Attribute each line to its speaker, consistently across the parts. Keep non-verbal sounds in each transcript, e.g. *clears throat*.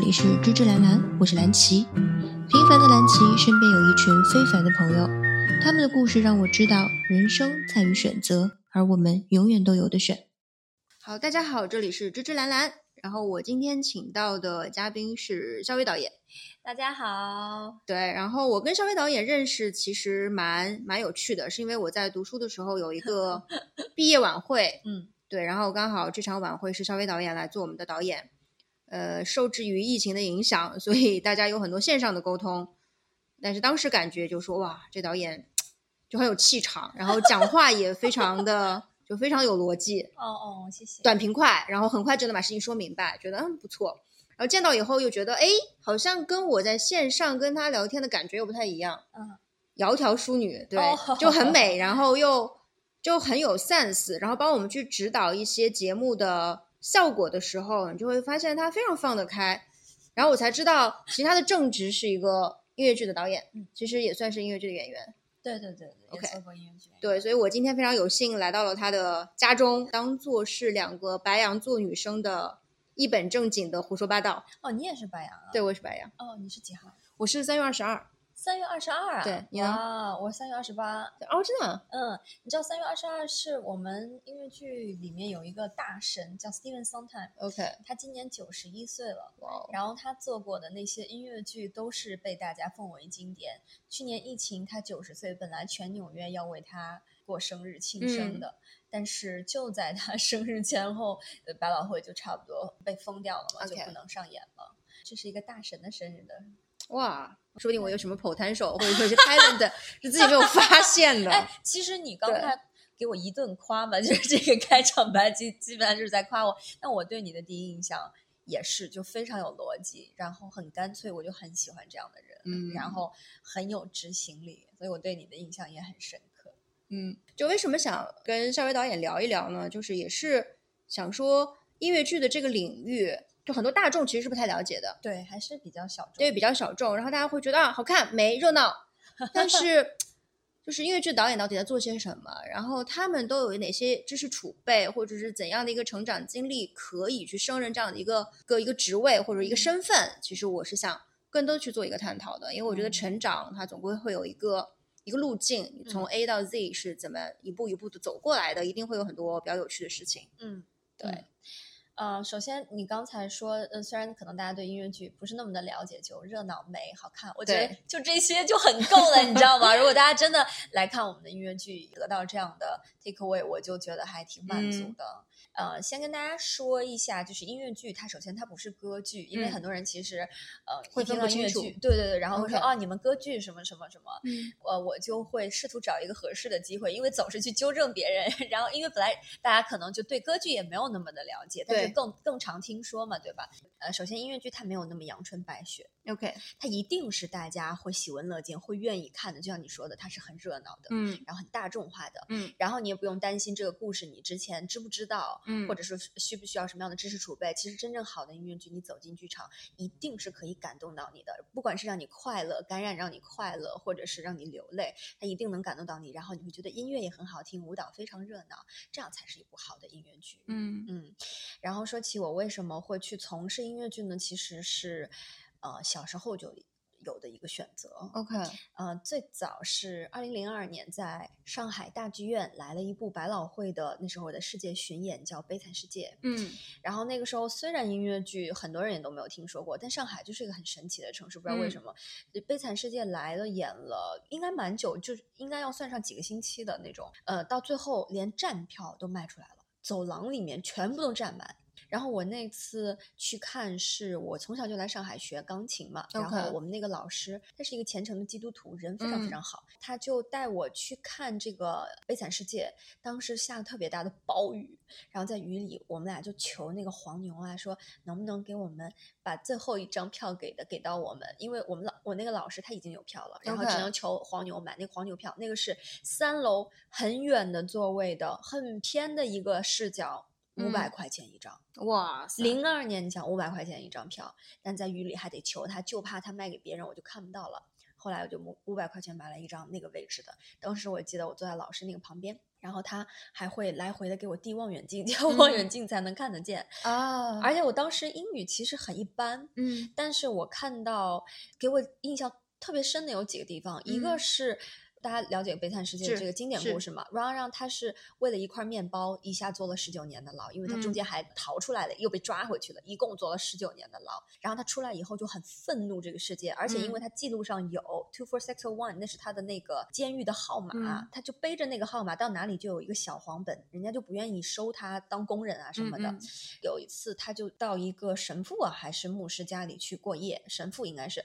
Speaker 1: 里是芝芝兰兰，我是兰奇。平凡的兰奇身边有一群非凡的朋友，他们的故事让我知道，人生在于选择，而我们永远都有的选。好，大家好，这里是芝芝兰兰。然后我今天请到的嘉宾是肖伟导演，
Speaker 2: 大家好，
Speaker 1: 对，然后我跟肖威导演认识其实蛮蛮有趣的，是因为我在读书的时候有一个毕业晚会，
Speaker 2: 嗯，
Speaker 1: 对，然后刚好这场晚会是肖威导演来做我们的导演，呃，受制于疫情的影响，所以大家有很多线上的沟通，但是当时感觉就说哇，这导演就很有气场，然后讲话也非常的就非常有逻辑，
Speaker 2: 哦哦，谢谢。
Speaker 1: 短平快，然后很快就能把事情说明白，觉得嗯不错。然后见到以后又觉得，哎，好像跟我在线上跟他聊天的感觉又不太一样。
Speaker 2: 嗯，
Speaker 1: 窈窕淑女，对，
Speaker 2: 哦
Speaker 1: 就很美，然后又就很有 sense，然后帮我们去指导一些节目的效果的时候，你就会发现他非常放得开。然后我才知道，其实他的正职是一个音乐剧的导演
Speaker 2: 嗯，
Speaker 1: 其实也算是音乐剧的演员。
Speaker 2: 对对对对
Speaker 1: OK
Speaker 2: 也做过音乐剧。
Speaker 1: 对，所以我今天非常有幸来到了他的家中，当做是两个白羊座女生的一本正经的胡说八道。
Speaker 2: 哦，你也是白羊啊？
Speaker 1: 对，我也是白羊，
Speaker 2: 哦，你是几号？
Speaker 1: 我是三月二十二。
Speaker 2: 三月二十二啊？
Speaker 1: 对你呢
Speaker 2: 哇，我三月二十八。
Speaker 1: 哦，真的啊？
Speaker 2: 嗯，你知道三月二十二是我们音乐剧里面有一个大神叫 Steven Sondheim，
Speaker 1: OK，
Speaker 2: 他今年九十一岁了。
Speaker 1: 哇哦，
Speaker 2: 然后他做过的那些音乐剧都是被大家奉为经典。去年疫情，他九十岁，本来全纽约要为他过生日庆生
Speaker 1: 嗯
Speaker 2: 的，但是就在他 *laughs* 生日前后，呃百老汇就差不多被封掉了嘛就
Speaker 1: OK
Speaker 2: 不能上演了。这是一个大神的生日的，
Speaker 1: 哇，说不定我有什么 potential 或者说是
Speaker 2: *laughs*
Speaker 1: talent 是自己没有发现的。
Speaker 2: 哎，其实你刚
Speaker 1: 对
Speaker 2: 才给我一顿夸吧， *laughs* 就是这个开场白基基本上就是在夸我。但我对你的第一印象也是，就非常有逻辑，然后很干脆，我就很喜欢这样的人， *laughs*
Speaker 1: 嗯
Speaker 2: 然后很有执行力，所以我对你的印象也很深刻。
Speaker 1: 嗯，就为什么想跟夏薇导演聊一聊呢？就是也是想说音乐剧的这个领域，就很多大众其实是不太了解的。
Speaker 2: 对，还是比较小众。
Speaker 1: 对，比较小众，然后大家会觉得啊，好看美热闹，但是就是音乐剧导演到底在做些什么，然后他们都有哪些知识储备，或者是怎样的一个成长经历，可以去胜任这样的一个个一个职位或者一个身份？其实我是想更多去做一个探讨的，因为我觉得
Speaker 2: 嗯
Speaker 1: 成长它总归会有一个。一个路径，你从
Speaker 2: 嗯
Speaker 1: A 到 Z 是怎么一步一步的走过来的，一定会有很多比较有趣的事情。
Speaker 2: 嗯，
Speaker 1: 对
Speaker 2: 嗯。呃，首先你刚才说，呃，虽然可能大家对音乐剧不是那么的了解，就热闹、美、好看，我觉得
Speaker 1: 对
Speaker 2: 就这些就很够了，你知道吗？如果大家真的来看我们的音乐剧，得到这样的 take away，我就觉得还挺满足
Speaker 1: 嗯
Speaker 2: 的。呃，先跟大家说一下，就是音乐剧，它首先它不是歌剧，因为
Speaker 1: 嗯
Speaker 2: 很多人其实，呃，
Speaker 1: 会
Speaker 2: 一听
Speaker 1: 分
Speaker 2: 到
Speaker 1: 不
Speaker 2: 音乐
Speaker 1: 清
Speaker 2: 剧
Speaker 1: 楚，
Speaker 2: 对对对，然后会说
Speaker 1: OK
Speaker 2: 哦，你们歌剧什么什么什么，
Speaker 1: 嗯，
Speaker 2: 呃，我就会试图找一个合适的机会，因为总是去纠正别人。 *laughs* 然后，因为本来大家可能就对歌剧也没有那么的了解，但是
Speaker 1: 对
Speaker 2: 更更常听说嘛，对吧？呃，首先音乐剧它没有那么阳春白雪，
Speaker 1: OK，
Speaker 2: 它一定是大家会喜闻乐见、会愿意看的。就像你说的，它是很热闹的，
Speaker 1: 嗯
Speaker 2: 然后很大众化的。
Speaker 1: 嗯
Speaker 2: 然后你也不用担心这个故事你之前知不知道，
Speaker 1: 嗯
Speaker 2: 或者说需不需要什么样的知识储备。其实真正好的音乐剧，你走进剧场一定是可以感动到你的，不管是让你快乐、感染让你快乐，或者是让你流泪，它一定能感动到你。然后你会觉得音乐也很好听，舞蹈非常热闹，这样才是一部好的音乐剧。
Speaker 1: 嗯
Speaker 2: 嗯，然后说起我为什么会去从事音乐剧呢？其实是，呃，小时候就有的一个选择。
Speaker 1: ，OK，
Speaker 2: 呃，最早是二零零二年在上海大剧院来了一部百老汇的那时候的世界巡演，叫《悲惨世界》。
Speaker 1: 嗯
Speaker 2: 然后那个时候虽然音乐剧很多人也都没有听说过，但上海就是一个很神奇的城市，不知道为
Speaker 1: 嗯
Speaker 2: 什么，就悲惨世界》来了演了应该蛮久，就是应该要算上几个星期的那种。呃，到最后连站票都卖出来了，走廊里面全部都站满。然后我那次去看，是我从小就来上海学钢琴嘛然
Speaker 1: OK
Speaker 2: 后我们那个老师他是一个虔诚的基督徒，人非常非
Speaker 1: 嗯
Speaker 2: 常好，他就带我去看这个《悲惨世界》，当时下了特别大的暴雨，然后在雨里我们俩就求那个黄牛啊，说能不能给我们把最后一张票给的给到我们，因为我们老我那个老师他已经有票了，然后只
Speaker 1: OK
Speaker 2: 能求黄牛买那个黄牛票，那个是三楼很远的座位的，很偏的一个视角。五百
Speaker 1: 嗯
Speaker 2: 块钱一张，
Speaker 1: 哇塞，
Speaker 2: 零二年讲五百块钱一张票，但在雨里还得求他，就怕他卖给别人，我就看不到了。后来我就五五百块钱买了一张那个位置的，当时我记得我坐在老师那个旁边，然后他还会来回的给我递望远镜， *laughs* 要望远镜才能看得见。
Speaker 1: 啊
Speaker 2: 而且我当时英语其实很一般，
Speaker 1: 嗯
Speaker 2: 但是我看到给我印象特别深的有几个地方，一个
Speaker 1: 嗯
Speaker 2: 是。大家了解北惨世界
Speaker 1: 是
Speaker 2: 这个经典
Speaker 1: 是
Speaker 2: 故事嘛？然后让他是为了一块面包一下坐了十九年的牢，因为他中
Speaker 1: 嗯
Speaker 2: 间还逃出来了，又被抓回去了，一共坐了十九年的牢。然后他出来以后就很愤怒这个世界，而且因
Speaker 1: 嗯
Speaker 2: 为他记录上有 two four six o one，那是他的那个监狱的号码，
Speaker 1: 嗯
Speaker 2: 他就背着那个号码到哪里就有一个小黄本，人家就不愿意收他当工人啊什么的。
Speaker 1: 嗯嗯
Speaker 2: 有一次，他就到一个神父啊还是牧师家里去过夜，神父应该是，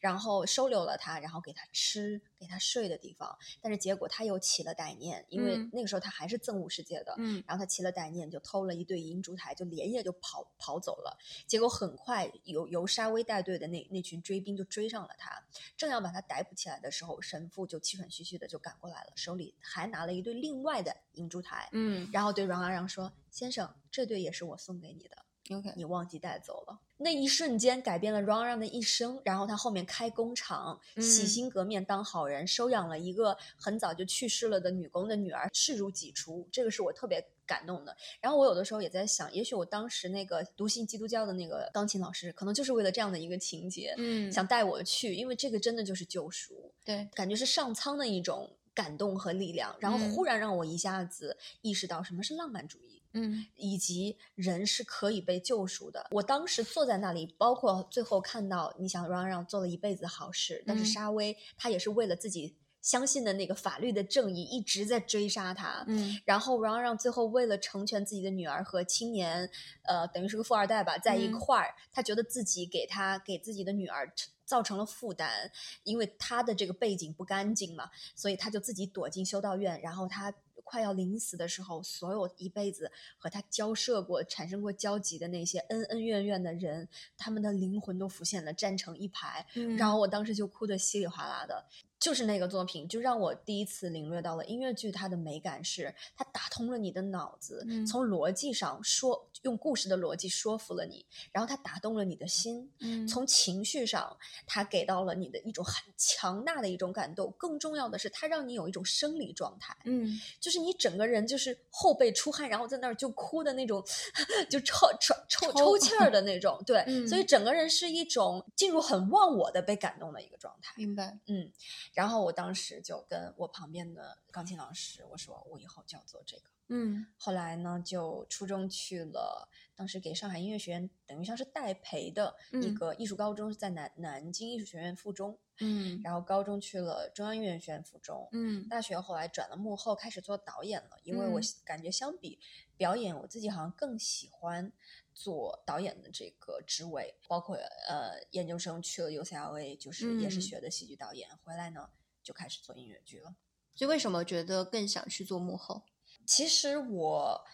Speaker 2: 然后收留了他，然后给他吃、给他睡的地方。但是结果他又起了歹念，因为
Speaker 1: 嗯
Speaker 2: 那个时候他还是憎恶世界的。
Speaker 1: 嗯
Speaker 2: 然后他起了歹念，就偷了一对银烛台，就连夜就跑跑走了。结果很快由由沙威带队的那那群追兵就追上了他，正要把他逮捕起来的时候，神父就气喘吁吁的就赶过来了，手里还拿了一对另外的银烛台。
Speaker 1: 嗯
Speaker 2: 然后对阮阿让说：“先生，这对也是我送给你的，
Speaker 1: ，OK，
Speaker 2: 你忘记带走了。”那一瞬间改变了阮阿让的一生。然后他后面开工厂，洗
Speaker 1: 嗯
Speaker 2: 心革面当好人，收养了一个很早就去世了的女工的女儿，视如己出。这个是我特别感动的。然后我有的时候也在想，也许我当时那个读信基督教的那个钢琴老师，可能就是为了这样的一个情节，
Speaker 1: 嗯
Speaker 2: 想带我去，因为这个真的就是救赎。
Speaker 1: 对，
Speaker 2: 感觉是上苍的一种感动和力量，然后
Speaker 1: 嗯
Speaker 2: 忽然让我一下子意识到什么是浪漫主义。
Speaker 1: 嗯
Speaker 2: 以及人是可以被救赎的。我当时坐在那里，包括最后看到，你想让让做了一辈子好事，但是
Speaker 1: 嗯
Speaker 2: 沙威他也是为了自己相信的那个法律的正义，一直在追杀他。
Speaker 1: 嗯
Speaker 2: 然后让让最后为了成全自己的女儿和青年，呃，等于是个富二代吧，在一
Speaker 1: 嗯
Speaker 2: 块儿，他觉得自己给他给自己的女儿造成了负担，因为他的这个背景不干净嘛，所以他就自己躲进修道院，然后他。快要临死的时候，所有一辈子和他交涉过、产生过交集的那些恩恩怨怨的人，他们的灵魂都浮现了，站成一排，
Speaker 1: 嗯
Speaker 2: 然后我当时就哭得稀里哗啦的，就是那个作品，就让我第一次领略到了音乐剧它的美感是，它打通了你的脑子，
Speaker 1: 嗯
Speaker 2: 从逻辑上说，用故事的逻辑说服了你，然后它打动了你的心，
Speaker 1: 嗯
Speaker 2: 从情绪上，它给到了你的一种很强大的一种感动，更重要的是，它让你有一种生理状态，
Speaker 1: 嗯
Speaker 2: 就是你整个人就是后背出汗，然后在那儿就哭的那种， *laughs* 就抽抽抽抽
Speaker 1: 抽
Speaker 2: 气儿的那种，
Speaker 1: *laughs*
Speaker 2: 对，
Speaker 1: 嗯
Speaker 2: 所以整个人是一种进入很忘我的被感动的一个状态，
Speaker 1: 明白，
Speaker 2: 嗯，然后我当时就跟我旁边的钢琴老师我说我以后就要做这个，
Speaker 1: 嗯
Speaker 2: 后来呢就初中去了，当时给上海音乐学院等于像是代培的一
Speaker 1: 嗯
Speaker 2: 个艺术高中，是在南南京艺术学院附中，
Speaker 1: 嗯
Speaker 2: 然后高中去了中央音乐学院附中，
Speaker 1: 嗯
Speaker 2: 大学后来转了幕后，开始做导演了，因为我
Speaker 1: 嗯
Speaker 2: 喜感觉相比表演，我自己好像更喜欢做导演的这个职位。包括呃，研究生去了 UCLA，就是也是
Speaker 1: 嗯
Speaker 2: 学的戏剧导演，回来呢就开始做音乐剧了。
Speaker 1: 所以为什么觉得更想去做幕后？
Speaker 2: 其实我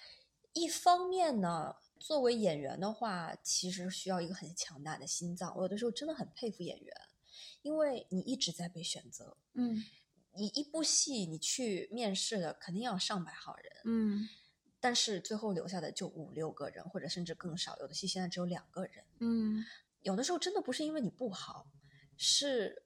Speaker 2: 一方面呢，作为演员的话，其实需要一个很强大的心脏。我有的时候真的很佩服演员，因为你一直在被选择。
Speaker 1: 嗯
Speaker 2: 你一部戏，你去面试的肯定要上百号人，
Speaker 1: 嗯
Speaker 2: 但是最后留下的就五六个人，或者甚至更少。有的戏现在只有两个人。
Speaker 1: 嗯
Speaker 2: 有的时候真的不是因为你不好，是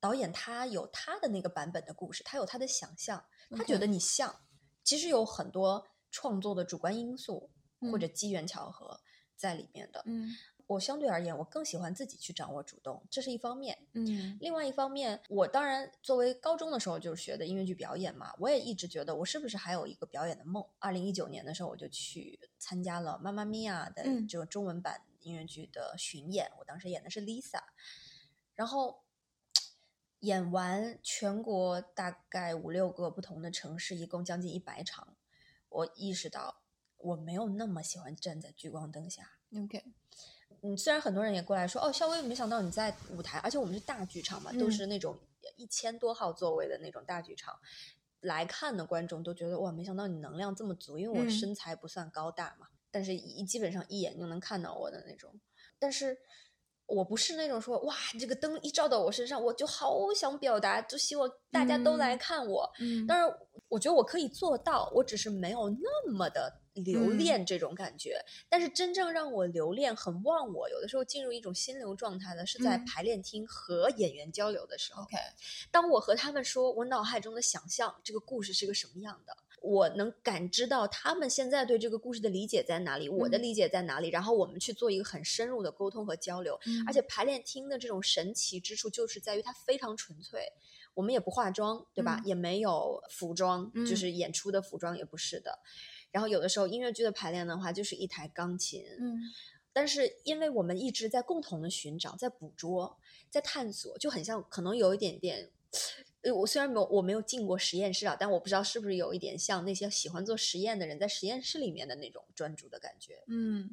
Speaker 2: 导演他有他的那个版本的故事，他有他的想象，他觉
Speaker 1: OK
Speaker 2: 得你像。其实有很多创作的主观因素或者机缘巧合在里面的。
Speaker 1: 嗯
Speaker 2: 我相对而言，我更喜欢自己去掌握主动，这是一方面。
Speaker 1: 嗯
Speaker 2: 另外一方面，我当然作为高中的时候就是学的音乐剧表演嘛，我也一直觉得我是不是还有一个表演的梦。二零一九年的时候，我就去参加了《妈妈咪呀》的
Speaker 1: 嗯
Speaker 2: 这个中文版音乐剧的巡演，我当时演的是 Lisa，然后演完全国大概五六个不同的城市，一共将近一百场，我意识到我没有那么喜欢站在聚光灯下。
Speaker 1: ，OK，
Speaker 2: 嗯，虽然很多人也过来说，哦，肖薇，没想到你在舞台，而且我们是大剧场嘛，都
Speaker 1: 嗯
Speaker 2: 是那种一千多号座位的那种大剧场，来看的观众都觉得哇，没想到你能量这么足，因为我
Speaker 1: 嗯
Speaker 2: 身材不算高大嘛，但是一基本上一眼就能看到我的那种，但是。我不是那种说哇，这个灯一照到我身上，我就好想表达，就希望大家都来
Speaker 1: 嗯
Speaker 2: 看我。
Speaker 1: 嗯
Speaker 2: 当然，我觉得我可以做到，我只是没有那么的留
Speaker 1: 嗯
Speaker 2: 恋这种感觉。但是真正让我留恋、很忘我，有的时候进入一种心流状态的，是在
Speaker 1: 嗯
Speaker 2: 排练厅和演员交流的时候。
Speaker 1: OK，
Speaker 2: 当我和他们说我脑海中的想象，这个故事是个什么样的，我能感知到他们现在对这个故事的理解在哪里，我的
Speaker 1: 嗯
Speaker 2: 理解在哪里，然后我们去做一个很深入的沟通和交流。
Speaker 1: 嗯
Speaker 2: 而且排练厅的这种神奇之处就是在于它非常纯粹，我们也不化妆，对吧？
Speaker 1: 嗯
Speaker 2: 也没有服装，就
Speaker 1: 嗯
Speaker 2: 是演出的服装也不是的。然后有的时候音乐剧的排练的话，就是一台钢琴，
Speaker 1: 嗯
Speaker 2: 但是因为我们一直在共同的寻找，在捕捉，在探索，就很像可能有一点点。呃，我虽然没有我没有进过实验室啊，但我不知道是不是有一点像那些喜欢做实验的人在实验室里面的那种专注的感觉。
Speaker 1: 嗯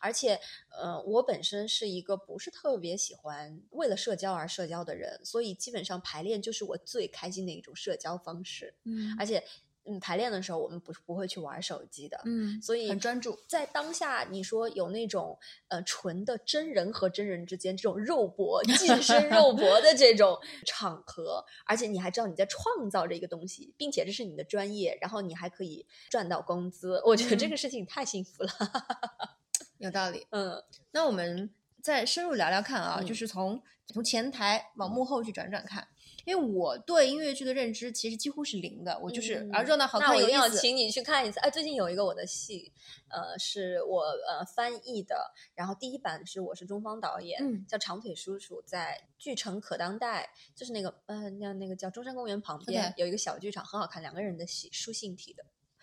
Speaker 2: 而且，呃，我本身是一个不是特别喜欢为了社交而社交的人，所以基本上排练就是我最开心的一种社交方式。
Speaker 1: 嗯，
Speaker 2: 而且，嗯，排练的时候我们不是不会去玩手机的，
Speaker 1: 嗯
Speaker 2: 所以
Speaker 1: 很专注，
Speaker 2: 在当下，你说有那种呃纯的真人和真人之间这种肉搏、近身
Speaker 1: *laughs*
Speaker 2: 肉搏的这种场合，而且你还知道你在创造着一个东西，并且这是你的专业，然后你还可以赚到工资，我觉得这
Speaker 1: 嗯
Speaker 2: 个事情太幸福了。
Speaker 1: 有道理。
Speaker 2: 嗯
Speaker 1: 那我们再深入聊聊看啊，就
Speaker 2: 嗯
Speaker 1: 是从从前台往幕后去转转看，因为我对音乐剧的认知其实几乎是零的，我就是啊
Speaker 2: 嗯
Speaker 1: 热闹好
Speaker 2: 那
Speaker 1: 看
Speaker 2: 我一
Speaker 1: 有
Speaker 2: 定要
Speaker 1: 意思，
Speaker 2: 请你去看一次。哎，最近有一个我的戏，呃，是我呃翻译的，然后第一版是我是中方导演，
Speaker 1: 嗯
Speaker 2: 叫长腿叔叔，在巨城可当代，就是那个呃那那个叫中山公园旁边
Speaker 1: OK
Speaker 2: 有一个小剧场，很好看，两个人的戏，书信体的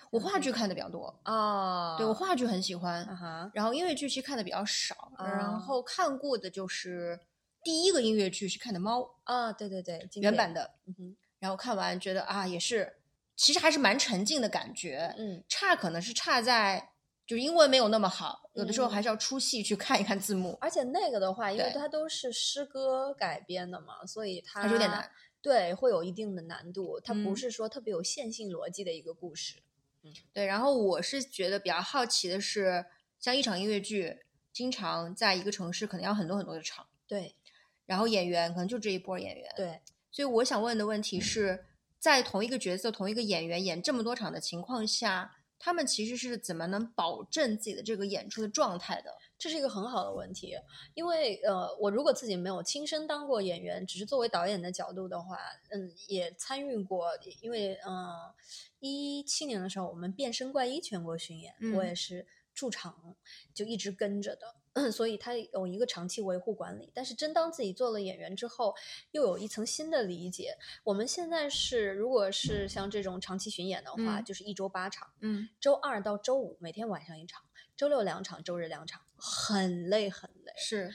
Speaker 1: 我话剧看的比较多，
Speaker 2: 哦
Speaker 1: 对我话剧很喜
Speaker 2: 啊
Speaker 1: 欢，
Speaker 2: 哈，
Speaker 1: 然后音乐剧其实看的比较少，
Speaker 2: 啊
Speaker 1: 然后看过的就是第一个音乐剧是看的《猫》
Speaker 2: 啊对对对，经
Speaker 1: 原
Speaker 2: 典
Speaker 1: 版，的，
Speaker 2: 嗯哼
Speaker 1: 然后看完觉得啊也是，其实还是蛮沉浸的感觉，
Speaker 2: 嗯
Speaker 1: 差可能是差在就是英文没有那么好，有的时候
Speaker 2: 嗯
Speaker 1: 还是要出戏去看一看字幕，
Speaker 2: 而且那个的话，因为
Speaker 1: 对
Speaker 2: 它都是诗歌改编的嘛，所以它
Speaker 1: 还是有点难。。
Speaker 2: 对，会有一定的难度，它不
Speaker 1: 嗯
Speaker 2: 是说特别有线性逻辑的一个故事。
Speaker 1: 对，然后我是觉得比较好奇的是，像一场音乐剧，经常在一个城市可能要很多很多的场，
Speaker 2: 对
Speaker 1: 然后演员可能就这一波儿演员。，
Speaker 2: 对，
Speaker 1: 所以我想问的问题是在同一个角色、同一个演员演这么多场的情况下，他们其实是怎么能保证自己的这个演出的状态的？
Speaker 2: 这是一个很好的问题，因为呃，我如果自己没有亲身当过演员，只是作为导演的角度的话，嗯，也参与过，因为嗯，一、七年的时候我们变身怪医全国巡演，我
Speaker 1: 嗯
Speaker 2: 也是驻场，就一直跟着的。 *clears throat* 所以它有一个长期维护管理，但是真当自己做了演员之后，又有一层新的理解。我们现在是，如果是像这种长期巡演的话，
Speaker 1: 嗯
Speaker 2: 就是一周八场，
Speaker 1: 嗯
Speaker 2: 周二到周五每天晚上一场，周六两场，周日两场，很累很累，
Speaker 1: 是，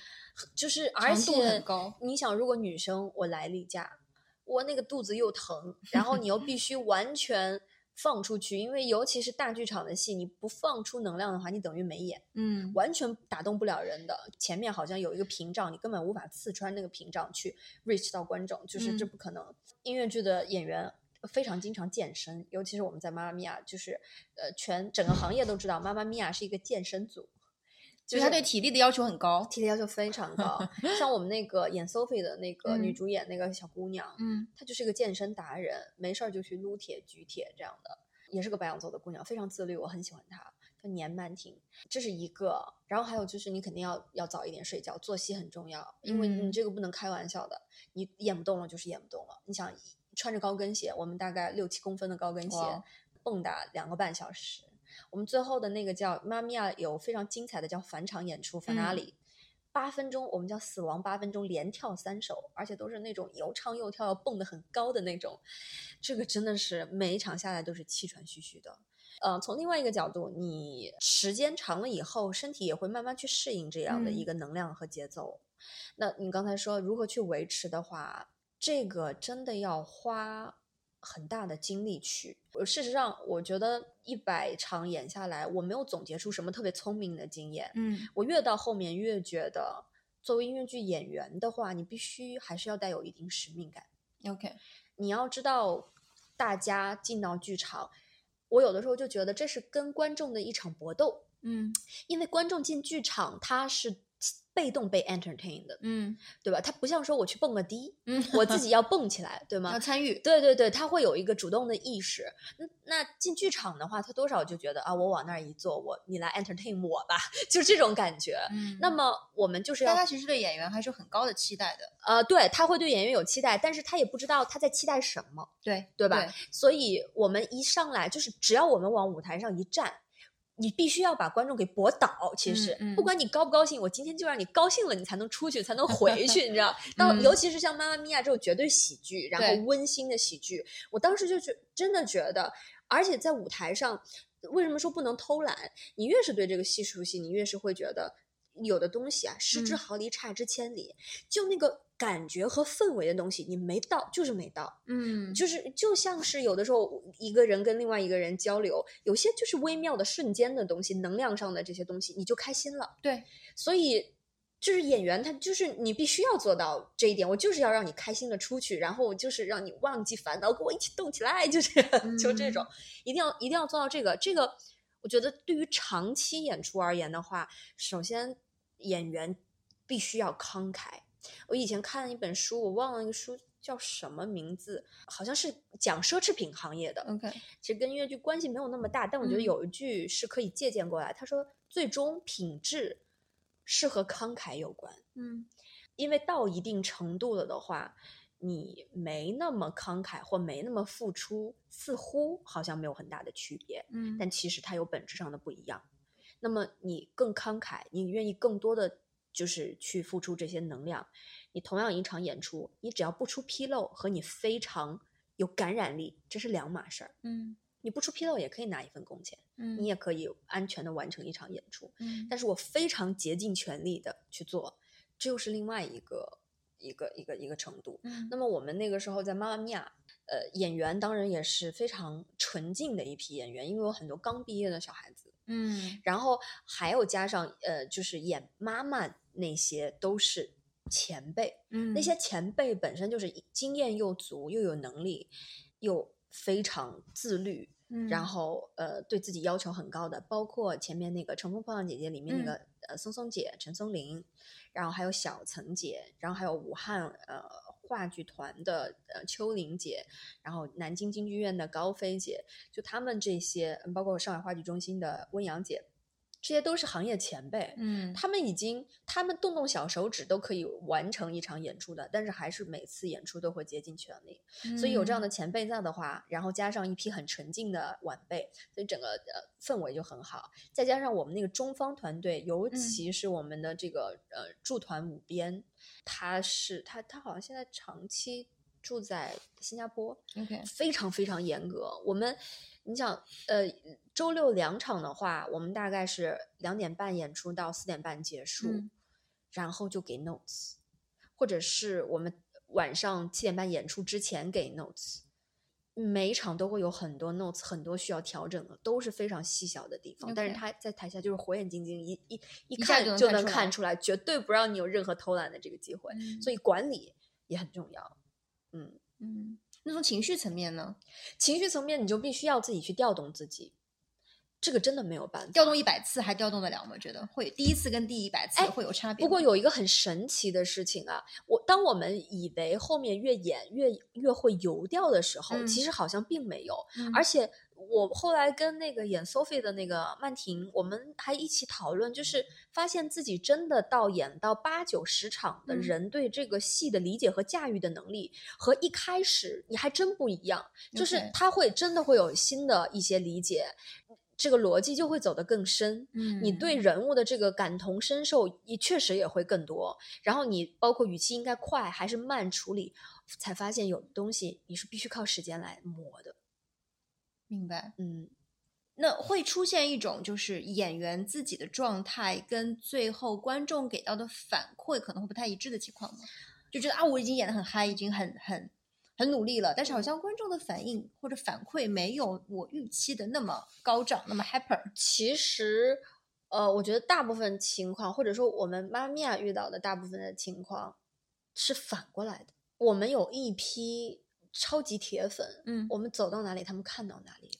Speaker 2: 就是而
Speaker 1: 强度很
Speaker 2: 且
Speaker 1: 高
Speaker 2: 你想，如果女生我来例假，我那个肚子又疼，然后你又必须完全放出去，因为尤其是大剧场的戏，你不放出能量的话，你等于没演，
Speaker 1: 嗯
Speaker 2: 完全打动不了人的。前面好像有一个屏障，你根本无法刺穿那个屏障去 reach 到观众，就是这
Speaker 1: 嗯
Speaker 2: 不可能。音乐剧的演员。非常经常健身，尤其是我们在妈妈咪呀，就是呃，全整个行业都知道，妈妈咪呀是一个健身组，
Speaker 1: 就
Speaker 2: 就是是
Speaker 1: 他对体力的要求很高。
Speaker 2: 体力要求非
Speaker 1: *laughs*
Speaker 2: 常高。像我们那个演 Sophie 的那个女
Speaker 1: 嗯
Speaker 2: 主演那个小姑娘，
Speaker 1: 嗯
Speaker 2: 她就是个健身达人，没事儿就去撸铁、举铁这样的，也是个白羊座的姑娘，非常自律，我很喜欢她。叫年曼婷，这是一个。然后还有就是，你肯定要要早一点睡觉，作息很重要，因为你
Speaker 1: 嗯
Speaker 2: 这个不能开玩笑的。你演不动了就是演不动了。你想穿着高跟鞋，我们大概六七公分的高跟鞋
Speaker 1: 哇，
Speaker 2: 蹦跶两个半小时。我们最后的那个叫《妈咪呀》，有非常精彩的叫返场演出法拉
Speaker 1: 嗯
Speaker 2: 里，八、分钟，我们叫死亡八分钟，连跳三首，而且都是那种又唱又跳，要蹦得很高的那种。这个真的是每一场下来都是气喘吁吁的。呃，从另外一个角度，你时间长了以后，身体也会慢慢去适应这样的
Speaker 1: 嗯
Speaker 2: 一个能量和节奏。那你刚才说如何去维持的话，这个真的要花很大的精力去。呃事实上，我觉得一百场演下来，我没有总结出什么特别聪明的经验。
Speaker 1: 嗯
Speaker 2: 我越到后面越觉得，作为音乐剧演员的话，你必须还是要带有一定使命感。
Speaker 1: ，OK，
Speaker 2: 你要知道，大家进到剧场，我有的时候就觉得这是跟观众的一场搏斗，
Speaker 1: 嗯
Speaker 2: 因为观众进剧场，他是被动被 entertain 的，
Speaker 1: 嗯
Speaker 2: 对吧？它不像说我去蹦个迪，
Speaker 1: 嗯，
Speaker 2: 我自己要蹦起来，对
Speaker 1: *laughs*
Speaker 2: 吗
Speaker 1: 要？参与，
Speaker 2: 对对对，他会有一个主动的意识。那那进剧场的话，他多少就觉得啊，我往那儿一坐，我你来 entertain 我吧， *laughs* 就是这种感觉。
Speaker 1: 嗯啊
Speaker 2: 那么我们就是要
Speaker 1: 大家其实对演员还是有很高的期待的，
Speaker 2: 呃，对他会对演员有期待，但是他也不知道他在期待什么，
Speaker 1: 对
Speaker 2: 对吧？所以我们一上来就是，只要我们往舞台上一站，你必须要把观众给驳倒。其实、
Speaker 1: 嗯嗯
Speaker 2: 不管你高不高兴，我今天就让你高兴了，你才能出去，才能回
Speaker 1: *laughs*
Speaker 2: 去，你知道？到、
Speaker 1: 嗯
Speaker 2: 尤其是像《妈妈咪呀》这种绝对喜剧，然
Speaker 1: 对
Speaker 2: 后温馨的喜剧，我当时就觉真的觉得，而且在舞台上，为什么说不能偷懒？你越是对这个戏熟悉，你越是会觉得有的东西啊，失之
Speaker 1: 嗯
Speaker 2: 毫厘，差之千里，就那个感觉和氛围的东西，你没到就是没到。
Speaker 1: 嗯，
Speaker 2: 就是就像是有的时候一个人跟另外一个人交流，有些就是微妙的瞬间的东西，能量上的这些东西，你就开心了。
Speaker 1: 对，
Speaker 2: 所以就是演员他就是你必须要做到这一点，我就是要让你开心的出去，然后我就是让你忘记烦恼，跟我一起动起来，就这样， *laughs* 就这种，一定要一定要做到这个。这个我觉得对于长期演出而言的话，首先演员必须要慷慨。我以前看了一本书，我忘了那个书叫什么名字，好像是讲奢侈品行业的。
Speaker 1: OK，
Speaker 2: 其实跟音乐剧关系没有那么大，但我觉得
Speaker 1: 嗯
Speaker 2: 有一句是可以借鉴过来。他说，最终品质是和慷慨有关，
Speaker 1: 嗯
Speaker 2: 因为到一定程度了的话，你没那么慷慨或没那么付出，似乎好像没有很大的区别，
Speaker 1: 嗯
Speaker 2: 但其实它有本质上的不一样。那么你更慷慨，你愿意更多的就是去付出这些能量。你同样一场演出，你只要不出纰漏和你非常有感染力，这是两码事儿。
Speaker 1: 嗯
Speaker 2: 你不出纰漏也可以拿一份工钱，
Speaker 1: 嗯，
Speaker 2: 你也可以安全的完成一场演出。
Speaker 1: 嗯
Speaker 2: 但是我非常竭尽全力的去做，这又是另外一个一个一个一个程度。
Speaker 1: 嗯
Speaker 2: 那么我们那个时候在《妈妈咪呀》，呃，演员当然也是非常纯净的一批演员，因为有很多刚毕业的小孩子，
Speaker 1: 嗯
Speaker 2: 然后还有加上呃，就是演妈妈那些都是前辈，
Speaker 1: 嗯
Speaker 2: 那些前辈本身就是经验又足，又有能力，又非常自律，
Speaker 1: 嗯
Speaker 2: 然后呃对自己要求很高的，包括前面那个《乘风破浪姐姐》里面那
Speaker 1: 嗯
Speaker 2: 个、呃松松姐陈松伶，然后还有小岑姐，然后还有武汉呃话剧团的呃秋玲姐，然后南京京剧院的高飞姐，就他们这些，嗯包括上海话剧中心的温阳姐，这些都是行业前辈，
Speaker 1: 嗯
Speaker 2: 他们已经，他们动动小手指都可以完成一场演出的，但是还是每次演出都会竭尽全力。所以有
Speaker 1: 嗯
Speaker 2: 这样的前辈在的话，然后加上一批很纯净的晚辈，所以整个呃氛围就很好。再加上我们那个中方团队，尤
Speaker 1: 嗯
Speaker 2: 其是我们的这个呃驻团舞编，他是他他好像现在长期住在新加坡，
Speaker 1: 嗯 OK
Speaker 2: 非常非常严格。我们，你想，呃，周六两场的话，我们大概是两点半演出到四点半结束，
Speaker 1: 嗯
Speaker 2: 然后就给 notes，或者是我们晚上七点半演出之前给 notes。每一场都会有很多 notes，很多需要调整的，都是非常细小的地方。但是
Speaker 1: OK
Speaker 2: 他在台下就是火眼金睛，一一一
Speaker 1: 一下
Speaker 2: 看
Speaker 1: 就能
Speaker 2: 就
Speaker 1: 看
Speaker 2: 能
Speaker 1: 出
Speaker 2: 看
Speaker 1: 来
Speaker 2: 出来，绝对不让你有任何偷懒的这个机会。所以管理也很重要。嗯，
Speaker 1: 嗯，那从情绪层面呢，
Speaker 2: 情绪层面，你就必须要自己去调动自己，这个真的没有办法。
Speaker 1: 调动一百次还调动得了吗？觉得会第一次跟第一百次
Speaker 2: 哎
Speaker 1: 会有差别吗？
Speaker 2: 不过有一个很神奇的事情啊，我当我们以为后面越演越越会游掉的时候，
Speaker 1: 嗯
Speaker 2: 其实好像并没有。
Speaker 1: 嗯，
Speaker 2: 而且我后来跟那个演 Sophie 的那个曼婷，我们还一起讨论，就是发现自己真的到演到八九十场的
Speaker 1: 嗯
Speaker 2: 人，对这个戏的理解和驾驭的能力，和一开始你还真不一样。就是他会真的会有新的一些理解，这个逻辑就会走得更深。
Speaker 1: 嗯，
Speaker 2: 你对人物的这个感同身受，也确实也会更多。然后你包括语气应该快还是慢处理，才发现有的东西你是必须靠时间来磨的。
Speaker 1: 明白。
Speaker 2: 嗯，
Speaker 1: 那会出现一种就是演员自己的状态跟最后观众给到的反馈可能会不太一致的情况吗？就觉得啊，我已经演的很嗨，已经很很很努力了，但是好像观众的反应或者反馈没有我预期的那么高涨，那么 hyper。
Speaker 2: 其实，呃，我觉得大部分情况，或者说我们妈咪呀遇到的大部分的情况，是反过来的。我们有一批超级铁粉，
Speaker 1: 嗯哦
Speaker 2: 我们走到哪里，他们看到哪里。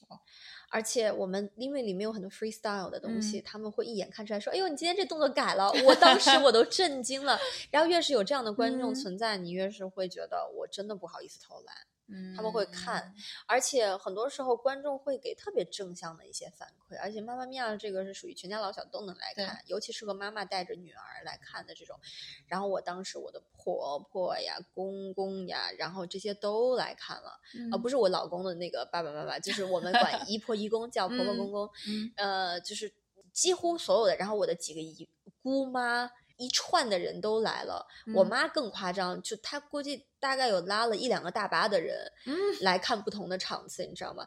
Speaker 2: 而且我们因为里面有很多 freestyle 的东
Speaker 1: 嗯
Speaker 2: 西，他们会一眼看出来说：“哎呦，你今天这动作改了。”我当时我都震惊
Speaker 1: *laughs*
Speaker 2: 了。然后越是有这样的观众
Speaker 1: 嗯
Speaker 2: 存在，你越是会觉得我真的不好意思偷懒。
Speaker 1: 嗯
Speaker 2: 他们会看，而且很多时候观众会给特别正向的一些反馈，而且妈妈咪呀这个是属于全家老小都能来
Speaker 1: 对
Speaker 2: 看，尤其是个妈妈带着女儿来看的这种。然后我当时我的婆婆呀、公公呀，然后这些都来看了，啊，不
Speaker 1: 是，
Speaker 2: 是我老公的那个爸爸妈妈，就是我们
Speaker 1: *laughs*
Speaker 2: 管姨婆姨公叫婆婆
Speaker 1: 嗯
Speaker 2: 公公，
Speaker 1: 嗯
Speaker 2: 呃，就是几乎所有的，然后我的几个姨姑妈一串的人都来了。我
Speaker 1: 嗯
Speaker 2: 妈更夸张，就她估计大概有拉了一两个大巴的人
Speaker 1: 嗯
Speaker 2: 来看不同的场次，你知道吗？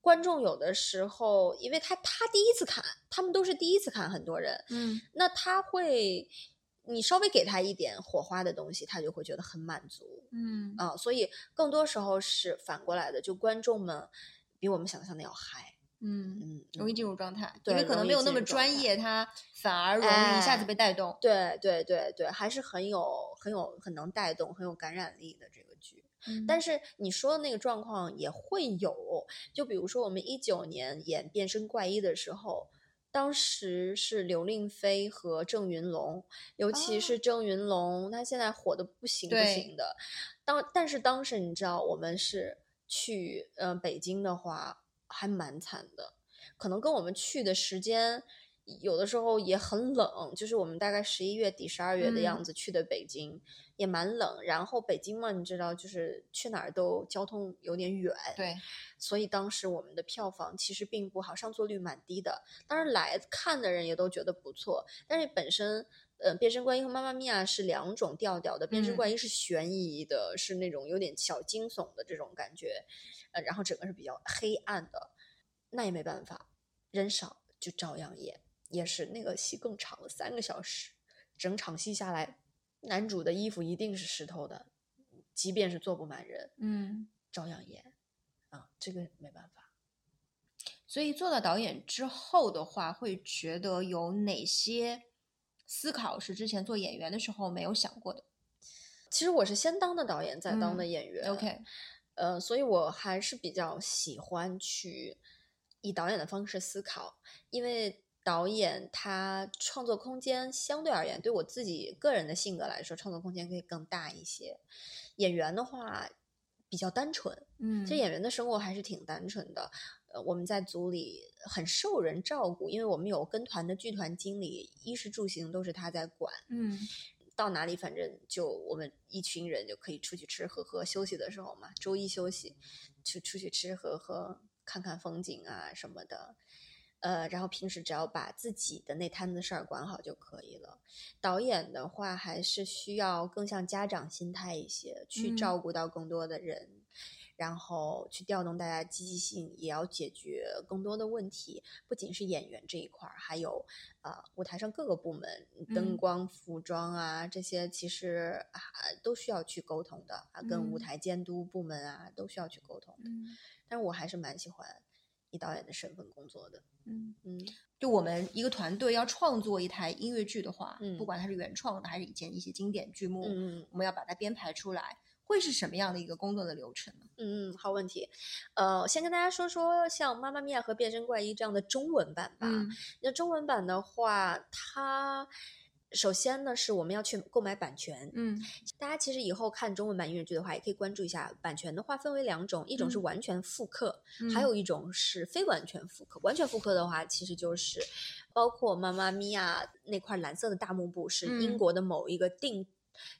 Speaker 2: 观众有的时候，因为他他第一次看，他们都是第一次看，很多人，
Speaker 1: 嗯
Speaker 2: 那他会，你稍微给他一点火花的东西，他就会觉得很满足
Speaker 1: 嗯
Speaker 2: 啊、所以更多时候是反过来的，就观众们比我们想象的要嗨，
Speaker 1: 嗯，
Speaker 2: 嗯，
Speaker 1: 容易
Speaker 2: 嗯
Speaker 1: 进入状态，
Speaker 2: 对
Speaker 1: 因为可
Speaker 2: 容
Speaker 1: 能
Speaker 2: 易
Speaker 1: 没有那
Speaker 2: 进
Speaker 1: 么
Speaker 2: 入状
Speaker 1: 专
Speaker 2: 态哎
Speaker 1: 业，他反而容易一下子被带动。
Speaker 2: 对对对对，还是很有很有很能带动、很有感染力的这个剧。但
Speaker 1: 是，
Speaker 2: 是你说的那个状况也会有，就比如说我们一九年演《变身怪医》的时候，当时是刘令菲和郑云龙，尤其是
Speaker 1: 哦
Speaker 2: 郑云龙，他现在火的不行不
Speaker 1: 对
Speaker 2: 行的。当但是当时你知道，我们是去呃北京的话，还蛮惨的，可能跟我们去的时间。有的时候也很冷，就是我们大概十一月底、十二月的
Speaker 1: 嗯
Speaker 2: 样子去的北京，也蛮冷。然后北京嘛，你知道，就是去哪儿都交通有点远，，
Speaker 1: 对，
Speaker 2: 所以当时我们的票房其实并不好，上座率蛮低的。当然来看的人也都觉得不错，但是本身。呃，变身怪医和妈妈咪呀是两种调调的。变身
Speaker 1: 嗯
Speaker 2: 怪医是悬疑的，是那种有点小惊悚的这种感觉，呃，然后整个是比较黑暗的。那也没办法，人少就照样演，也是那个戏更长了三个小时，整场戏下来，男主的衣服一定是湿透的，即便是坐不满人，
Speaker 1: 嗯，
Speaker 2: 照样演，啊，这个没办法。
Speaker 1: 所以做到导演之后的话，会觉得有哪些思考是之前做演员的时候没有想过的
Speaker 2: 其实我是先当的导演，再当的
Speaker 1: 嗯
Speaker 2: 演员。
Speaker 1: ？OK，
Speaker 2: 呃，所以我还是比较喜欢去以导演的方式思考，因为导演他创作空间相对而言，对我自己个人的性格来说，创作空间可以更大一些。演员的话比较单纯，
Speaker 1: 嗯
Speaker 2: 其实演员的生活还是挺单纯的。呃，我们在组里很受人照顾，因为我们有跟团的剧团经理，衣食住行都是他在管。
Speaker 1: 嗯
Speaker 2: 到哪里，反正就我们一群人就可以出去吃喝喝，休息的时候嘛，周一休息，去出去吃喝喝，看看风景啊什么的。呃，然后平时只要把自己的那摊子事儿管好就可以了。导演的话，还是需要更像家长心态一些，去
Speaker 1: 嗯
Speaker 2: 照顾到更多的人，然后去调动大家积极性，也要解决更多的问题。不仅是演员这一块儿，还有啊、舞台上各个部门，灯
Speaker 1: 嗯
Speaker 2: 光、服装啊这些，其实啊都需要去沟通的啊，跟
Speaker 1: 嗯
Speaker 2: 舞台监督部门啊都需要去沟通的。
Speaker 1: 嗯
Speaker 2: 但是我还是蛮喜欢以导演的身份工作的，
Speaker 1: 嗯，
Speaker 2: 嗯。
Speaker 1: 就我们一个团队要创作一台音乐剧的话，不
Speaker 2: 嗯
Speaker 1: 管它是原创的还是以前一些经典剧目，
Speaker 2: 嗯
Speaker 1: 我们要把它编排出来，会是什么样的一个工作的流程呢？
Speaker 2: 嗯嗯，好问题。呃，先跟大家说说像《妈妈咪呀》和《变身怪医》这样的中文版吧。
Speaker 1: 嗯
Speaker 2: 那中文版的话，它首先呢是我们要去购买版权。
Speaker 1: 嗯
Speaker 2: 大家其实以后看中文版音乐剧的话，也可以关注一下版权的话分为两种，一种是
Speaker 1: 嗯
Speaker 2: 完全复刻，
Speaker 1: 嗯，
Speaker 2: 还有一种是非完全复刻。完全复刻的话，其实就是包括妈妈咪呀那块蓝色的大幕布，是
Speaker 1: 嗯
Speaker 2: 英国的某一个定，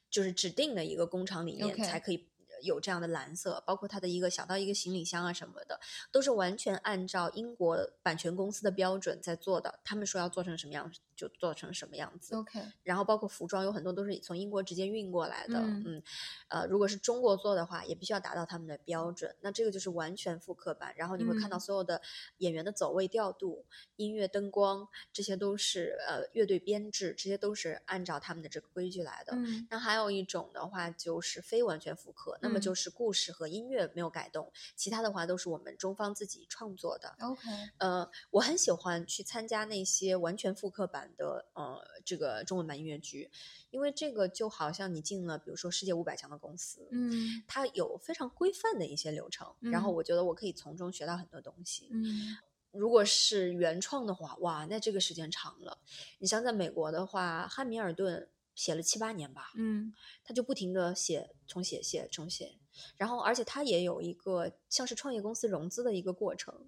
Speaker 2: 就是指定的一个工厂里面
Speaker 1: OK
Speaker 2: 才可以。有这样的蓝色，包括它的一个小到一个行李箱啊什么的，都是完全按照英国版权公司的标准在做的。他们说要做成什么样子就做成什么样子。
Speaker 1: OK，
Speaker 2: 然后包括服装有很多都是从英国直接运过来的，
Speaker 1: 嗯
Speaker 2: 嗯呃，如果是中国做的话，也必须要达到他们的标准。那这个就是完全复刻版，然后你会看到
Speaker 1: 嗯
Speaker 2: 所有的演员的走位调度、音乐、灯光，这些都是呃乐队编制，这些都是按照他们的这个规矩来的。
Speaker 1: 嗯
Speaker 2: 那还有一种的话就是非完全复刻，那么
Speaker 1: 嗯
Speaker 2: 就是故事和音乐没有改动，其他的话都是我们中方自己创作的。
Speaker 1: ，OK，
Speaker 2: 呃，我很喜欢去参加那些完全复刻版的呃这个中文版音乐剧，因为这个就好像你进了比如说世界五百强的公司，
Speaker 1: 嗯
Speaker 2: 它有非常规范的一些流程，然后
Speaker 1: 嗯
Speaker 2: 我觉得我可以从中学到很多东西。
Speaker 1: 嗯
Speaker 2: 如果是原创的话，哇，那这个时间长了。你像在美国的话，汉密尔顿写了七八年吧，
Speaker 1: 嗯
Speaker 2: 他就不停的写、重写、写、重写。然后，而且他也有一个像是创业公司融资的一个过程，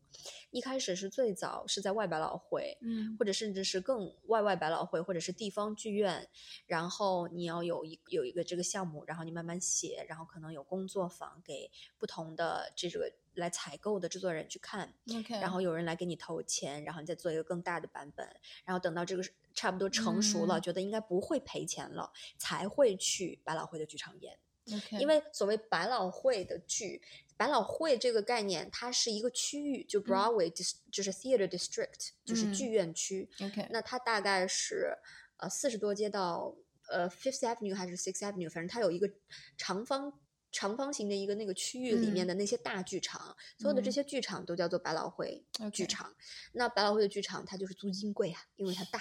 Speaker 2: 一开始是最早是在外百老汇，
Speaker 1: 嗯
Speaker 2: 或者甚至是更外外百老汇，或者是地方剧院，然后你要有一有一个这个项目，然后你慢慢写，然后可能有工作坊给不同的这个来采购的制作人去看，
Speaker 1: ，OK，
Speaker 2: 然后有人来给你投钱，然后你再做一个更大的版本，然后等到这个是差不多成熟了，
Speaker 1: 嗯
Speaker 2: 觉得应该不会赔钱了，才会去百老汇的剧场演。
Speaker 1: OK，
Speaker 2: 因为所谓百老汇的剧，百老汇这个概念，它是一个区域，就 Broadway、dis, 就是 theater district，就是
Speaker 1: 嗯
Speaker 2: 剧院区。
Speaker 1: OK，
Speaker 2: 那它大概是呃四十多街到呃 Fifth Avenue 还是 Sixth Avenue，反正它有一个长方长方形的一个那个区域里面
Speaker 1: 嗯
Speaker 2: 的那些大剧场，所有的
Speaker 1: 嗯
Speaker 2: 这些剧场都叫做百老汇
Speaker 1: OK
Speaker 2: 剧场。那百老汇的剧场它就是租金贵啊，因为它大，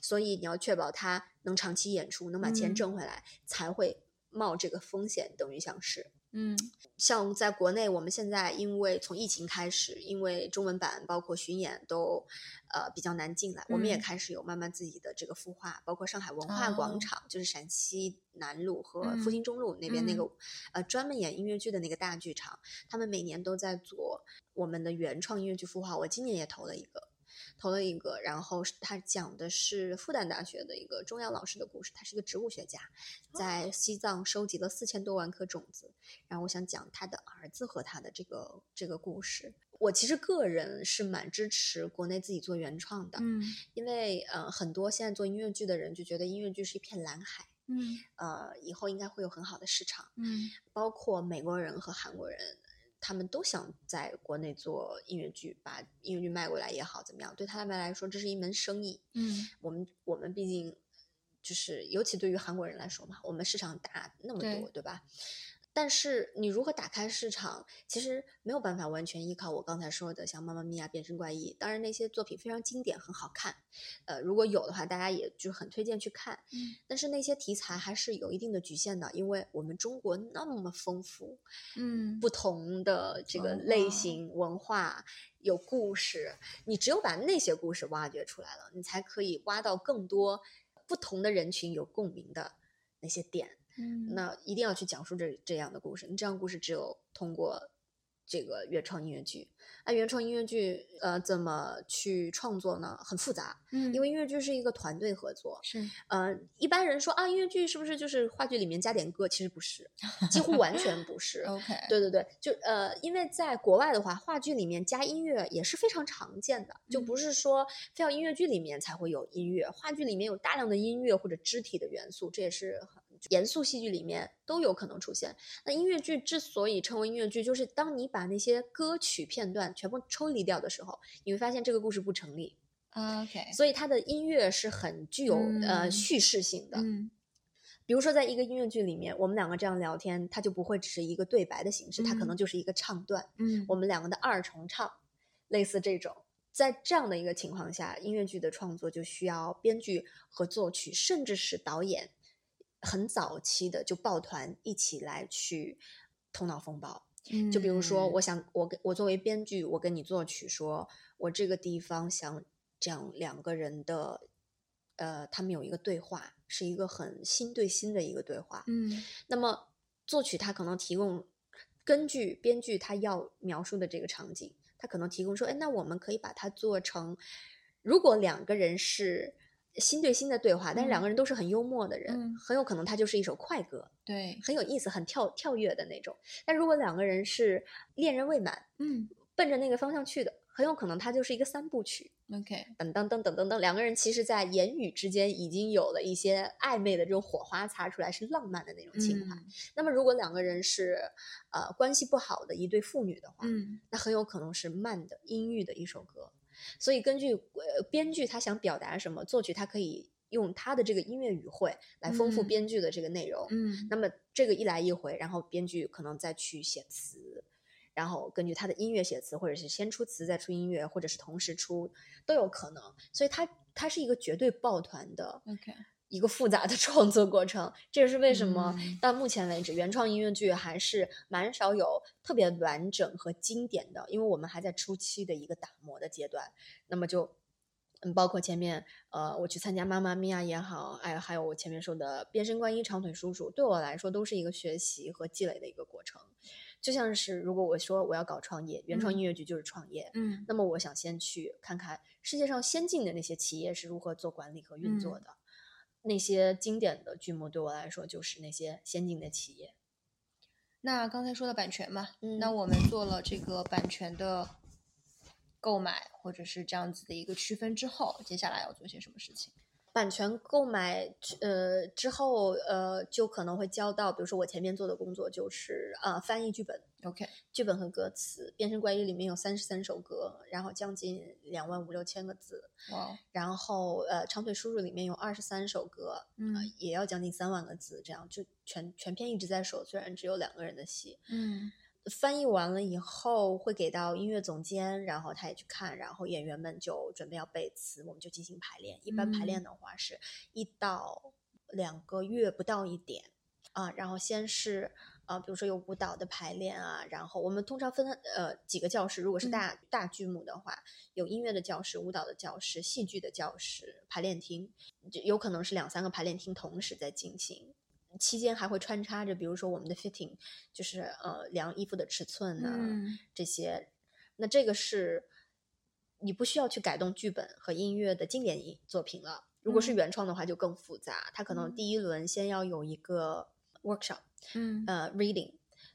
Speaker 2: 所以你要确保它能长期演出，能把钱
Speaker 1: 嗯
Speaker 2: 挣回来，才会冒这个风险，等于像是。
Speaker 1: 嗯
Speaker 2: 像在国内，我们现在因为从疫情开始，因为中文版包括巡演都，呃比较难进来，我们也
Speaker 1: 嗯
Speaker 2: 开始有慢慢自己的这个孵化，包括上海文化
Speaker 1: 哦
Speaker 2: 广场，就是陕西南路和
Speaker 1: 嗯
Speaker 2: 复兴中路那边那
Speaker 1: 嗯
Speaker 2: 个，呃专门演音乐剧的那个大剧场，他们每年都在做我们的原创音乐剧孵化，我今年也投了一个。投了一个，然后是他讲的是复旦大学的一个钟阳老师的故事，他是一个植物学家，在西藏收集了四千多万颗种子。然后我想讲他的儿子和他的这个这个故事。我其实个人是蛮支持国内自己做原创的，
Speaker 1: 嗯
Speaker 2: 因为呃，很多现在做音乐剧的人就觉得音乐剧是一片蓝海，
Speaker 1: 嗯
Speaker 2: 呃，以后应该会有很好的市场。
Speaker 1: 嗯
Speaker 2: 包括美国人和韩国人，他们都想在国内做音乐剧，把音乐剧卖过来也好，怎么样？对他们来说，这是一门生意。
Speaker 1: 嗯
Speaker 2: 我们我们毕竟就是，尤其对于韩国人来说嘛，我们市场大那么多，
Speaker 1: 对
Speaker 2: 对吧？但是你如何打开市场，其实没有办法完全依靠我刚才说的，像《妈妈咪呀》《变身怪医》，当然那些作品非常经典，很好看。呃，如果有的话，大家也就很推荐去看。
Speaker 1: 嗯
Speaker 2: 但是那些题材还是有一定的局限的，因为我们中国那么丰富，
Speaker 1: 嗯
Speaker 2: 不同的这个
Speaker 1: 文
Speaker 2: 类
Speaker 1: 化
Speaker 2: 型文化有故事，你只有把那些故事挖掘出来了，你才可以挖到更多不同的人群有共鸣的那些点。
Speaker 1: 嗯
Speaker 2: 那一定要去讲述这这样的故事，你这样的故事只有通过这个原创音乐剧。那、原创音乐剧呃怎么去创作呢？很复杂，
Speaker 1: 嗯
Speaker 2: 因为音乐剧是一个团队合作，
Speaker 1: 是
Speaker 2: 呃，一般人说啊，音乐剧是不是就是话剧里面加点歌？其实不是，几乎完全不是。
Speaker 1: OK，
Speaker 2: 对对对，就呃，因为在国外的话，话剧里面加音乐也是非常常见的，就不
Speaker 1: 嗯
Speaker 2: 是说非要音乐剧里面才会有音乐，话剧里面有大量的音乐或者肢体的元素，这也是很严肃戏剧里面都有可能出现。那音乐剧之所以称为音乐剧，就是当你把那些歌曲片段全部抽离掉的时候，你会发现这个故事不成立。
Speaker 1: OK，
Speaker 2: 所以它的音乐是很具有、呃
Speaker 1: 嗯
Speaker 2: 叙事性的。
Speaker 1: 嗯
Speaker 2: 比如说，在一个音乐剧里面，我们两个这样聊天，它就不会只是一个对白的形式，它可
Speaker 1: 嗯
Speaker 2: 能就是一个唱段，
Speaker 1: 嗯
Speaker 2: 我们两个的二重唱，类似这种。在这样的一个情况下，音乐剧的创作就需要编剧和作曲，甚至是导演，很早期的就抱团一起来去头脑风暴。就比如说，
Speaker 1: 嗯
Speaker 2: 我想我跟我作为编剧，我跟你作曲说，我这个地方想讲两个人的，呃，他们有一个对话，是一个很心对心的一个对话。
Speaker 1: 嗯
Speaker 2: 那么作曲他可能提供根据编剧他要描述的这个场景，他可能提供说，哎，那我们可以把它做成，如果两个人是心对心的对话，但是两
Speaker 1: 嗯
Speaker 2: 个人都是很幽默的人，
Speaker 1: 嗯
Speaker 2: 很有可能它就是一首快歌。
Speaker 1: 对
Speaker 2: 很有意思、很跳跳跃的那种。但如果两个人是恋人未满，
Speaker 1: 嗯
Speaker 2: 奔着那个方向去的，很有可能它就是一个三部曲，
Speaker 1: 嗯 OK
Speaker 2: 等等等等等等。两个人其实，在言语之间已经有了一些暧昧的这种火花擦出来，是浪漫的那种情怀。
Speaker 1: 嗯
Speaker 2: 那么，如果两个人是呃关系不好的一对父女的话，
Speaker 1: 嗯
Speaker 2: 那很有可能是慢的、阴郁的一首歌。所以根据呃编剧他想表达什么，作曲他可以用他的这个音乐语汇来丰富
Speaker 1: 嗯
Speaker 2: 编剧的这个内容。
Speaker 1: 嗯
Speaker 2: 那么这个一来一回，然后编剧可能再去写词，然后根据他的音乐写词，或者是先出词再出音乐，或者是同时出，都有可能。所以它它是一个绝对抱团的
Speaker 1: OK
Speaker 2: 一个复杂的 *laughs* 创作过程。这也是为什么
Speaker 1: 嗯
Speaker 2: 到目前为止，原创音乐剧还是蛮少有特别完整和经典的，因为我们还在初期的一个打磨的阶段。那么就，嗯，包括前面呃，我去参加《妈妈咪呀》也好，哎，还有我前面说的《变身观音》《长腿叔叔》，对我来说都是一个学习和积累的一个过程。就像是如果我说我要搞创业，原创
Speaker 1: 嗯
Speaker 2: 音乐剧就是创业，
Speaker 1: 嗯
Speaker 2: 那么我想先去看看世界上先进的那些企业是如何做管理和运作
Speaker 1: 嗯
Speaker 2: 的。那些经典的剧目对我来说就是那些先进的企业。
Speaker 1: 那刚才说到版权嘛，
Speaker 2: 嗯
Speaker 1: 那我们做了这个版权的购买或者是这样子的一个区分之后，接下来要做些什么事情？
Speaker 2: 版权购买，呃，之后呃，就可能会交到，比如说我前面做的工作就是呃，翻译剧本，
Speaker 1: OK，
Speaker 2: 剧本和歌词，《变身怪医》里面有三十三首歌，然后将近两万五六千个字，
Speaker 1: 哇，哦
Speaker 2: 然后呃，《长腿叔叔》里面有二十三首歌，呃
Speaker 1: 嗯
Speaker 2: 也要将近三万个字，这样就全全篇一直在手，虽然只有两个人的戏，
Speaker 1: 嗯
Speaker 2: 翻译完了以后会给到音乐总监，然后他也去看，然后演员们就准备要背词，我们就进行排练。一般排
Speaker 1: 嗯
Speaker 2: 练的话是一到两个月不到一点啊，然后先是啊，比如说有舞蹈的排练啊，然后我们通常分呃几个教室，如果是
Speaker 1: 嗯
Speaker 2: 大、大剧目的话，有音乐的教室、舞蹈的教室、戏剧的教室、排练厅，就有可能是两三个排练厅同时在进行。期间还会穿插着，比如说我们的 fitting，就是呃量衣服的尺寸呐、
Speaker 1: 嗯
Speaker 2: 这些。那这个是你不需要去改动剧本和音乐的经典音作品了。如果是
Speaker 1: 嗯
Speaker 2: 原创的话，就更复杂。它可能
Speaker 1: 嗯
Speaker 2: 第一轮先要有一个 workshop，
Speaker 1: 嗯
Speaker 2: 呃，reading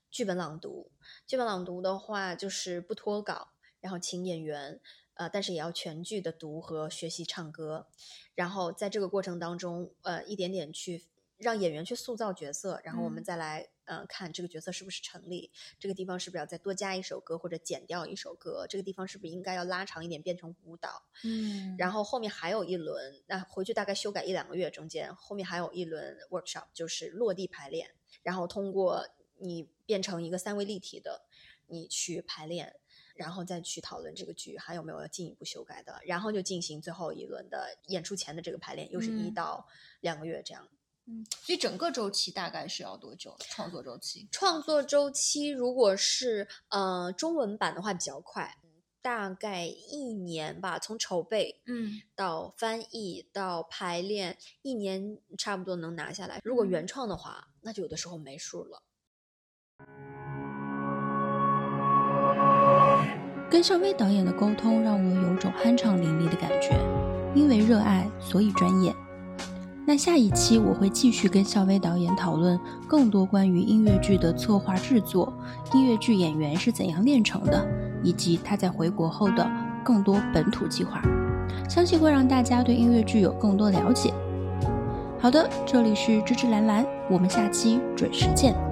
Speaker 2: 剧本朗读。剧本朗读的话，就是不脱稿，然后请演员，呃，但是也要全剧的读和学习唱歌。然后在这个过程当中，呃，一点点去让演员去塑造角色，然后我
Speaker 1: 嗯
Speaker 2: 们再来，呃，看这个角色是不是成立，这个地方是不是要再多加一首歌或者减掉一首歌，这个地方是不是应该要拉长一点变成舞蹈。
Speaker 1: 嗯
Speaker 2: 然
Speaker 1: 后
Speaker 2: 后后面还有一轮，那回去大概修改一两个月，中间后面还有一轮 workshop，就是落地排练，然后通过你变成一个三维立体的，你去排练，然后再去讨论这个剧还有没有要进一步修改的，然后就进行最后一轮的演出前的这个排练，又是一
Speaker 1: 嗯
Speaker 2: 到两个月这样。
Speaker 1: 嗯，所以整个周期大概是要多久？创作周期？
Speaker 2: 创作周期如果是呃中文版的话比较快，大概一年吧，从筹备
Speaker 1: 嗯
Speaker 2: 到翻译到排练，一年差不多能拿下来。如果原创的话，那就有的时候没数了。
Speaker 3: 跟尚威导演的沟通让我有种酣畅淋漓的感觉，因为热爱，所以专业。那下一期我会继续跟邵威导演讨论更多关于音乐剧的策划制作、音乐剧演员是怎样练成的，以及他在回国后的更多本土计划，相信会让大家对音乐剧有更多了解。好的，这里是芝芝兰兰，我们下期准时见。